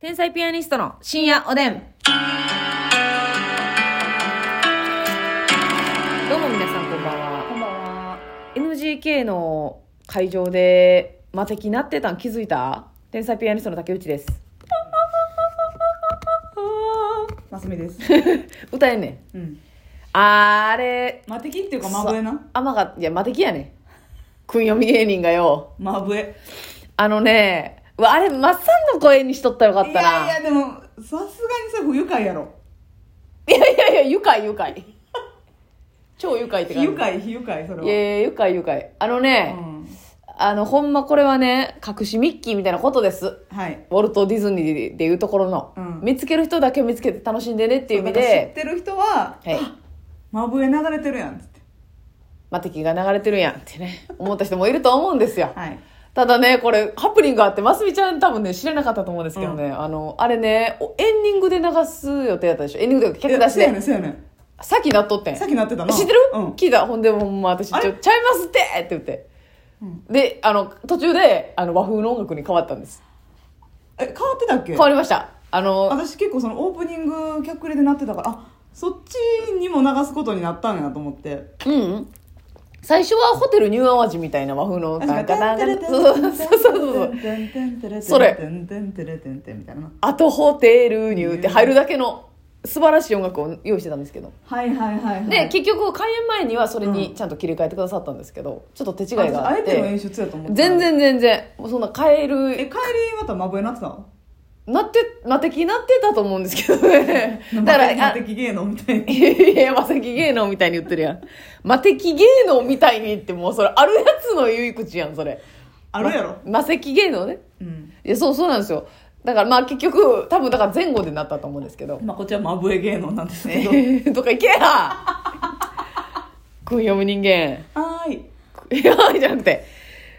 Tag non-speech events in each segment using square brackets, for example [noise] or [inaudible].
天才ピアニストの深夜おでん。どうも皆さんこんばんは。こんばんは。 NGK の会場で魔敵なってたん気づいた天才ピアニストの竹内です。ますみです。歌えんねうん。ん。あれ、マテキっていうか、マブエな。あまが、いや、魔敵やねん。訓読み芸人がよ。マブエ。あのね、うわあれ、マッサンの声にしとったらよかっいたな。やいや、でも、さすがにそれ不愉快やろ。いやいやいや、愉快愉快。超愉快って感非じ。愉快、非愉快、それは。いやいや、愉快愉快。あのね、うん。あの、ほんまこれはね、隠しミッキーみたいなことです。ウはい。ォルト・ディズニーでいうところの、うん見つける人だけ見つけて楽しんでねっていう意味だから知っで、てる人は、はい。マブエ流れてるやん、つって。マテキが流れてるやんってね、思った人もいると思うんですよ。はい。ただね、これ、ハプニングあって、ますみちゃん多分ね、知らなかったと思うんですけどね、あの、あれね、おエンディングで流す予定だったでしょ。エンディングというか、客出しそうやねで。ん、そうやねん。さっきなっとってん。さっきなってたな。知ってる、うん。聞いたほんでもうもう私ちょあ「ちゃれいますって!」って言って、であの途中であの和風の音楽に変わったんですえ、変わってたっけ変わりましたあの私結構そのオープニング客入れでなってたから、あ、そっちにも流すことになったんやなと思って。うんうん最初はホテルニューアワジみたいな和風のなんかなんか [laughs] そうそうそうそうそうそれてんてんてれてんてんみたいな。あとホテルニューって入るだけの素晴らしい音楽を用意してたんですけどはいはいはいはい。で結局開演前にはそれにちゃんと切り替えてくださったんですけどちょっと手違いがあああえっての演て出やと思ってた全然全然もうそんな変ええ帰りるまたまぶえなってたなってなってきなってたと思うんですけどねだから魔あ的芸能みたいにいやいや、マセキ芸能みたいに言ってるやん。マテキ芸能みたいにってもうそれ、あるやつの言い口やん、それ。あるやろ、マセキ芸能ね。うんいや、そうそうなんですよ。だからまあ結局、多分だから前後でなったと思うんですけど。 [laughs] まあこっちはまぶえ芸能なんですけどとか行けや訓読む人間。 [laughs] はーいいや、じゃなくて。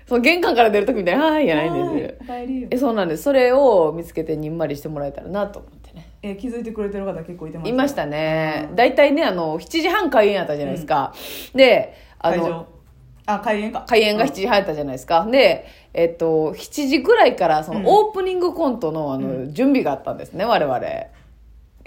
その玄関から出るときみたいな、はーい、やないんですはーいお帰りよえ、そうなんです。それを見つけてにんまりしてもらえたらなと思ってね。え気づいてくれてる方結構いてますいましたね。大体ね、あの、7時半開演やったじゃないですか。で、あ会の、場あ開演か開演が7必時半やったじゃないですか。で、えっと、7時ぐらいから、そのうんオープニングコントの、あの、準備があったんですね、我々。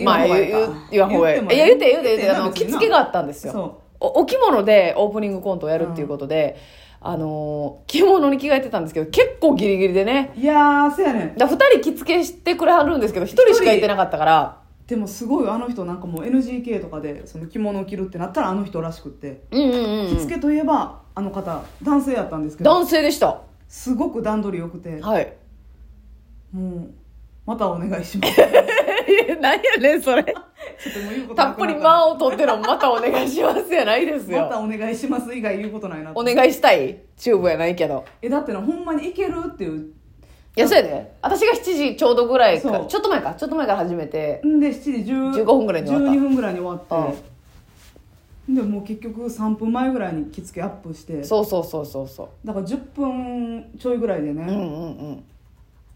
まあ、言う言わん方がいい。いや、言って、言って、言って、あの、着付けがあったんですよ。そおお着物でオープニングコントをやるっていうことで、あのー、着物に着替えてたんですけど、結構ギリギリでね。ういやーそうやねんだ2人着付けしてくれはるんですけど、1人しかいてなかったから、でもすごいあの人なんかもう NGK とかでその着物を着るってなったらあの人らしくってうんうんうんう着ん。付けといえばあの方男性やったんですけど男性でした。すごく段取り良くてはい。もうまたお願いしますちょっ [laughs] 何やねん、それ。ともう言うことたなっくなぷりた間を取ってのまたお願いしますやないですまたよ。お願いします以外言うことないなお願いしたいチューブやないけど。えだってなほんまにいけるっていういや、そうやで。私が7時ちょうどぐらいかそうちょっと前か、ちょっと前から始めて。んで7時10 15分ぐらいに終わった12分ぐらいに終わって、でもう結局3分前ぐらいに着付けアップしてそうそうそうそうそだから10分ちょいぐらいでね、う。うんうんうん。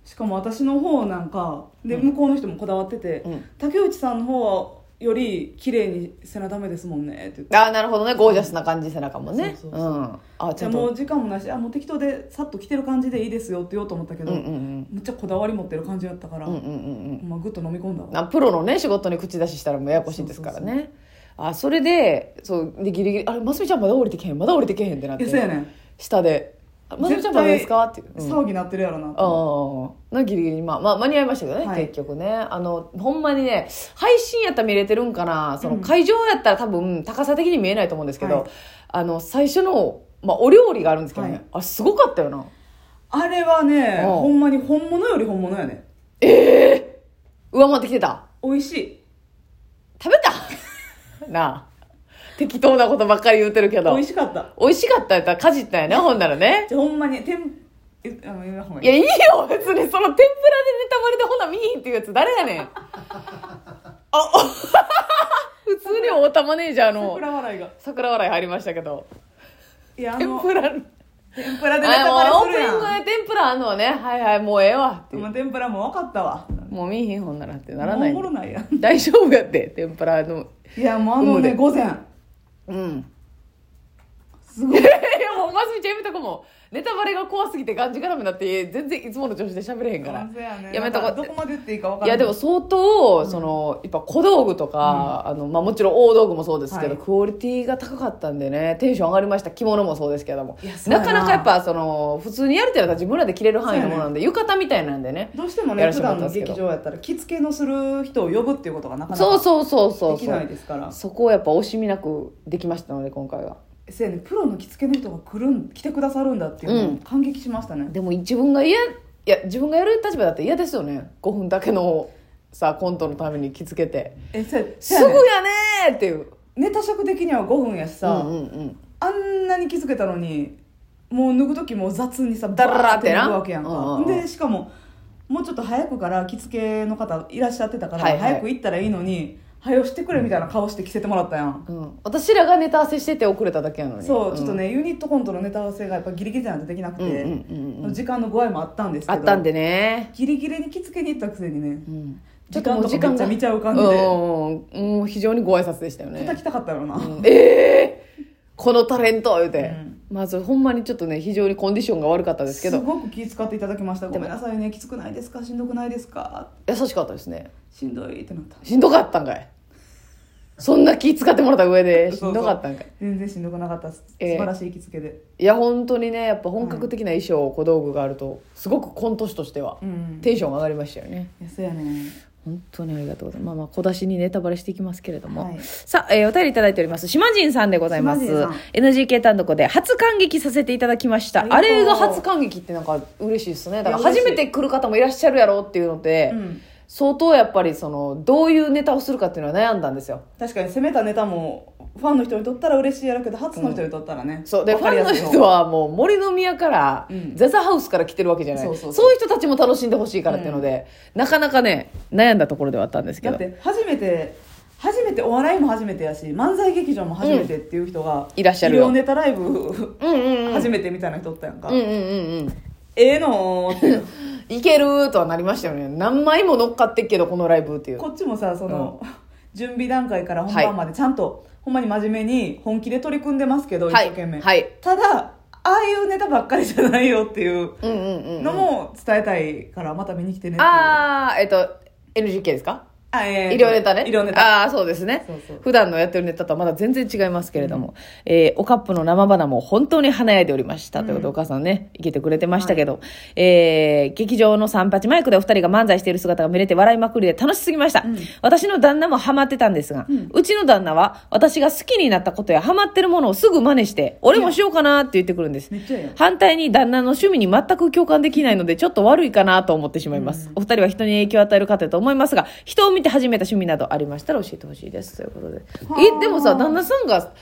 しかも私の方なんかで、向こうの人もこだわってて、うん竹内さんの方はより綺麗にせなダメですもんねって言ってああ、なるほどね。ゴージャスな感じ、背中もね。。そううんそうそあーちじゃゃあんもと。う時間もないしあもう適当でさっと着てる感じでいいですよって言おうと思ったけうんど、うんうん。むっちゃこだわり持ってる感じだったから、うんうんうまんうん。あ、グッと飲み込んだわなプロのね仕事に口出ししたらもうややこしいですからねあそれでそうでギリギリ「あれますみちゃんまだ降りてけへんまだ降りてけへん」ってなってえそうやねん下で「あますみちゃんまだですか?」っていう、うん、騒ぎなってるやろなと思っああなギリギリまあ、まあ、間に合いましたけどね、はい結局ねあのほんまにね配信やったら見れてるんかなそのうん会場やったら多分高さ的に見えないと思うんですけど、はいあの最初の、まあ、お料理があるんですけどね、はいあすごかったよなてあれはねうんほんまに本物より本物やね上回ってきてた美味しい食べた [laughs] なあ適当なことばっかり言ってるけ美ど味しかった美味しかったやったらかじったんやね、ほんならね。 [laughs] じゃあほんまに天えあの言わんほうがいいいや、いいよ、別に。その天ぷらでネタバレでほんな見いひんっていうやつ誰やねん。あ、お [laughs] 普通に太田マネージャーの桜笑いが桜笑い入りましたけど。いやあ天のぷら、あ、もう天ぷらオでネタバーレプするニやンんグで天ぷらあんのはね、はいはい、もうええわっていほう。んま天ぷらもう分かったわもう見いひんほんならってならなもうおいも。ろないやん [laughs] 大丈夫やって、天ぷらの。いやもうあのうむでね午前うん。すごい [laughs] いやもうますみちゃんやめとこもうネタバレが怖すぎてがんじがらめになって全然いつもの調子で喋れへんからほんとやねやめとこうなんかどこまで言っていいか分かいらやなでいも相当、そのやっぱ小道具とか、あのまあ、もちろん大道具もそうですけど、はいクオリティが高かったんでねテンション上がりました着物もそうですけどもいやそうやななかなかやっぱその普通にやるってなったら自分らで着れる範囲のものなんで、浴衣みたいなんでねどうしてもやねらせ普てもらった段んでのすけど劇場やったら着付けのする人を呼ぶっていうことがなかなそうかそうそうそうできないそですからうそこをやっぱ惜しみなくできましたので今回はせやねプロの着付けの人が来るん来てくださるんだっていうのうをん感激しましたね、でも自分が嫌いや自分がやる立場だって嫌ですよね5分だけのさコントのために着付けてえせやすせぐやねやねーっていうネタ尺的には5分やしさ、うんうんうんあんなに気づけたのにもう脱ぐ時も雑にさダララってなバー脱ぐわけやんか、うんうんうんでしかももうちょっと早くから着付けの方いらっしゃってたから、はいはい早く行ったらいいのに早押してくれみたいな顔して着せてもらったやん、うん、私らがネタ合わせしてて遅れただけやのにそう、んちょっとねユニットコントのネタ合わせがやっぱギリギリじゃないとできなうくんうんて、うんうん時間の具合もあったんですけあどったんでね、ギリギリに着付けに行ったくせにねうん、時間とかめっちゃ見ちゃう感じでうんうんうん非常にご挨拶でしたよね叩きたかったよな、うんええこのタレント言うて、うんまずほんまにちょっとね非常にコンディションが悪かったですけどごく気遣っていただきましたごめんなさいねきつくないですかしんどくないですか優しかったですねしんどいってなったしんどかったんかいそんな気使ってもらった上でしんどかったんかい全然しんどくなかったす素ええ晴らしい着付けで、いや本当にねやっぱ本格的な衣装、小道具があるとすごくコント師としては、うんテンション上がりましたよねいやそうやね本当にありがとうございます。まあまあ小出しにネタバレしていきますけれども。はいさあ、えーお便りいただいております。島人さんでございます島人さん。 NGK 単独で初感激させていただきました。あありがとうれが初感激ってなんか嬉しいですね。だからいや嬉初しいめて来る方もいらっしゃるやろうっていうので、うん相当やっぱりその、どういうネタをするかっていうのは悩んだんですよ。確かに攻めたネタもファンの人にとったら嬉しいやろうけど初の人にとったらね、そう。で、わフかりァンやのすい人はもう森の宮から、うんザザハウスから来てるわけじゃない。そそううそうそういう人たちも楽しんでほしいからっていうので、なかなかね、悩んだところではあったんですけだどっ。て初めて初めてお笑いも初めてやし漫才劇場も初めてっていう人が、いらっしゃるよ医療ネタライブうんうんうん。初めてみたいな人おったやんか、うんうんうんうん。ええのーっていけるとはなりましたよね何枚も乗っかってっけどこのライブっていうこっちもさその、 [laughs] 準備段階から本番までちゃんと、ほんまに真面目に本気で取り組んでますけど、は一生懸命、い、はい、ただああいうネタばっかりじゃないよっていううんうんうんのも伝えたいからまた見に来てねっていうああえっと NGK ですかあえー医療ネタね医療ネタああそうですねそうそう普段のやってるネタとはまだ全然違いますけれども、えーおカップの生花も本当に華やいでおりました、ということでお母さんねいけてくれてましたけど、えー劇場の三八マイクでお二人が漫才している姿が見れて笑いまくりで楽しすぎました、私の旦那もハマってたんですが、うちの旦那は私が好きになったことやハマってるものをすぐ真似して俺もしようかなって言ってくるんですめっちゃええやん反対に旦那の趣味に全く共感できないのでちょっと悪いかなと思ってしまいます、お二人は人に影響を与える方だと思いますが人を見て始めた趣味などありましたら教えてほしいですということではあえでもさ旦那さんが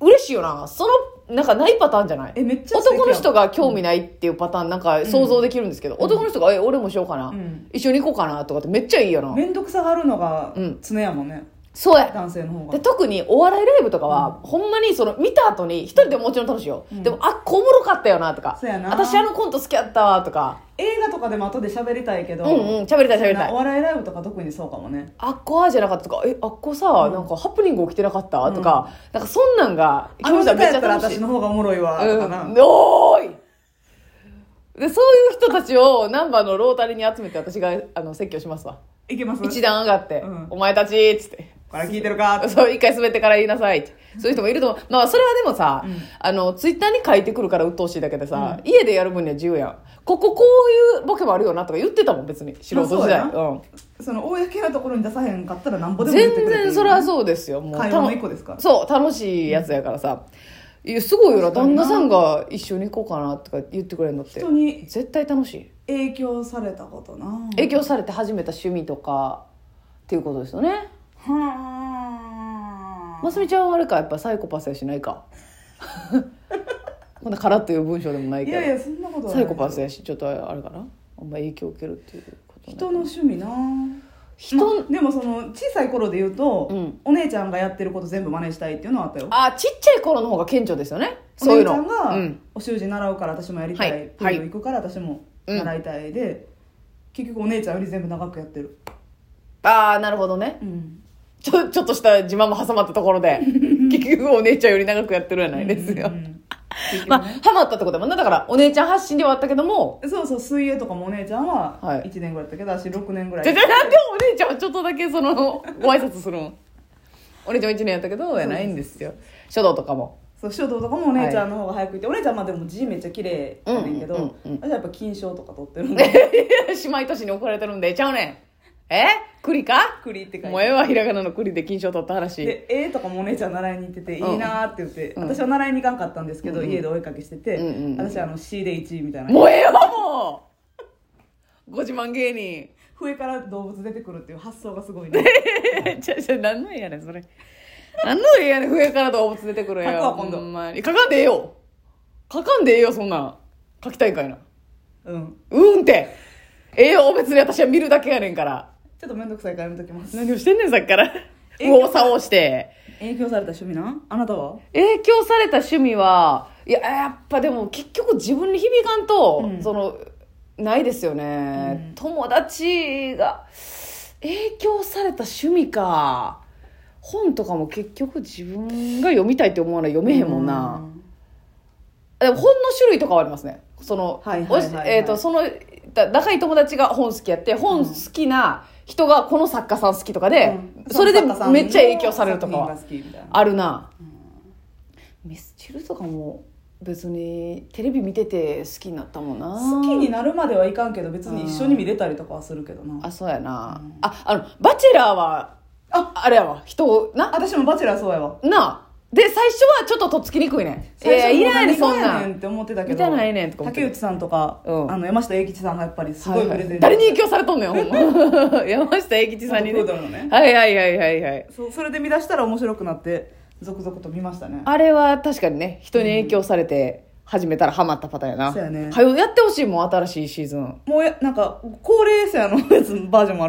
嬉しいよなそのなんかないパターンじゃないえめっちゃ素敵やん男の人が興味ないっていうパターンなんか想像できるんですけど、男の人が「え俺もしようかな、ん一緒に行こうかな」とかってめっちゃいいよな面倒くさがるのがうん常やもんね、そうや男性の方でが特にお笑いライブとかは、ほんまにその見た後に一人でももちろん楽しいよ、でもあこうおもろかったよなとかそうやな私あのコント好きやったわとか映画とかでも後で喋りたいけど、うんうん喋りたい喋りたおい笑いライブとか特にそうかもねあっこああじゃなかったとかえあっこさ、なんかハプニング起きてなかった、とかなんかそんなんがあのた歌やったら私の方がおもろいわとかな、うん、おーいでそういう人たちを難波のロータリーに集めて私があの説教しますわいけます一段上がって「うんお前たち」っつってこれ聞いてるかそう、一回滑ってから言いなさいって。そういう人もいると思う。まあ、それはでもさ、あの、ツイッターに書いてくるから鬱陶しいだけでさ、家でやる分には自由やん。ここ、こういうボケもあるよなとか言ってたもん、別に。素人時代。まあそううん。その公なところに出さへんかったらなんぼでも言全ってくれていい然それはそうですよ。もう。会話の一個ですからたのそう、楽しいやつやからさ。いや、すごいよな。確かに旦な那さんが一緒に行こうかなとか言ってくれるのって人。に絶対楽しい。影響されたことな影響されて始めた趣味とか、っていうことですよね。はますみちゃんはあれかやっぱサイコパスやしないか [laughs] こんな「から」という文章でもないあいけやいどやそんなことはサないイコパスやしちょっとあれかなあんま影響を受けるっていうことね人の趣味な人のまでもその小さい頃で言うと、うんお姉ちゃんがやってること全部真似したいっていうのはあったよあちっちゃい頃の方が顕著ですよねそういうのお姉ちゃんが、うんお習字習うから私もやりたい、はいプール行くから私も習いたいで、結局お姉ちゃんより全部長くやってる、ああなるほどねうん、ち [laughs] ょちょっとした自慢も挟まったところで結局お姉ちゃんより長くやってるやないですよ、うん結局まあ、ねハマったってことだもんな。だから、お姉ちゃん発信ではあったけども、そうそう水泳とかもお姉ちゃんははい1年ぐらいだったけど、私6年ぐらいじゃじゃなんでお姉ちゃんはちょっとだけ [laughs] その、ご挨拶するんお姉ちゃんは1年やったけど、やないんですよ。書道とかも。 [laughs] そう書道とかもお姉ちゃんの方が早く行って、お姉ちゃんまあでも字めっちゃ綺麗やねんけど、うんうんうんうん私はやっぱ金賞とか取ってるんいやで姉妹都市に怒られてるんで、ちゃうねん。え栗か栗って書いもうええてわ、ひらがなの栗で金賞取った話。で絵とかもお姉ちゃん習いに行ってていいうんなーって言って、うん私は習いに行かんかったんですけど、うんうん家で追いかけしてて、うんうんうん私はあの C で1位みたいなもうええわ、もう !5 自慢芸 [laughs] 人。笛から動物出てくるっていう発想がす [laughs] ごいねじゃじゃ何の絵やねんそれ何の絵やねん笛から動物出てくる絵描くわ今度ほんまに描かんでええよ描かんでええよそんなん描きたいんかいなうんうんってええよ別に私は見るだけやねんからちょっと面倒くさいからやめときます何をしてんねんさっきからえ右往左往して影響された趣味なんあなたは影響された趣味はいややっぱでも結局自分に響かんと、うんそのないですよね、うん友達が影響された趣味か本とかも結局自分が読みたいって思わない読めへんもんな、でも本の種類とかはありますねその、はいはおいはいはいしえー、とそのだ仲いい友達が本好きやって本好きな人がこの作家さん好きとかうで、んそれでめっちゃ影響されるとかは作品が好きみたいなあるな、ミスチルとかも別にテレビ見てて好きになったもんな好きにななるまではいかんけど別に一緒に見れたりとかはするけどなあそうやな、うんああのバチェラーはあああれやわ人をな私もバチェラーそうやわなあで最初はちょっととっつきにくいねんい最初やいらないねんそもうん何がなやねんんって思ってたけど見たないねんとか思って竹内さんとか、うんあの山下英吉さんがやっぱりすごいプレゼント誰に影響されとんねんほんま [laughs] 山下英吉さんにね元プードルのねはいはいはいはいはいそうそれで見出したら面白くなって続々と見ましたねあれは確かにね人に影響されて始めたらハマったパターンやなそうやねはよやってほしいもん新しいシーズンもうやなんか高齢者のやつバージョンもある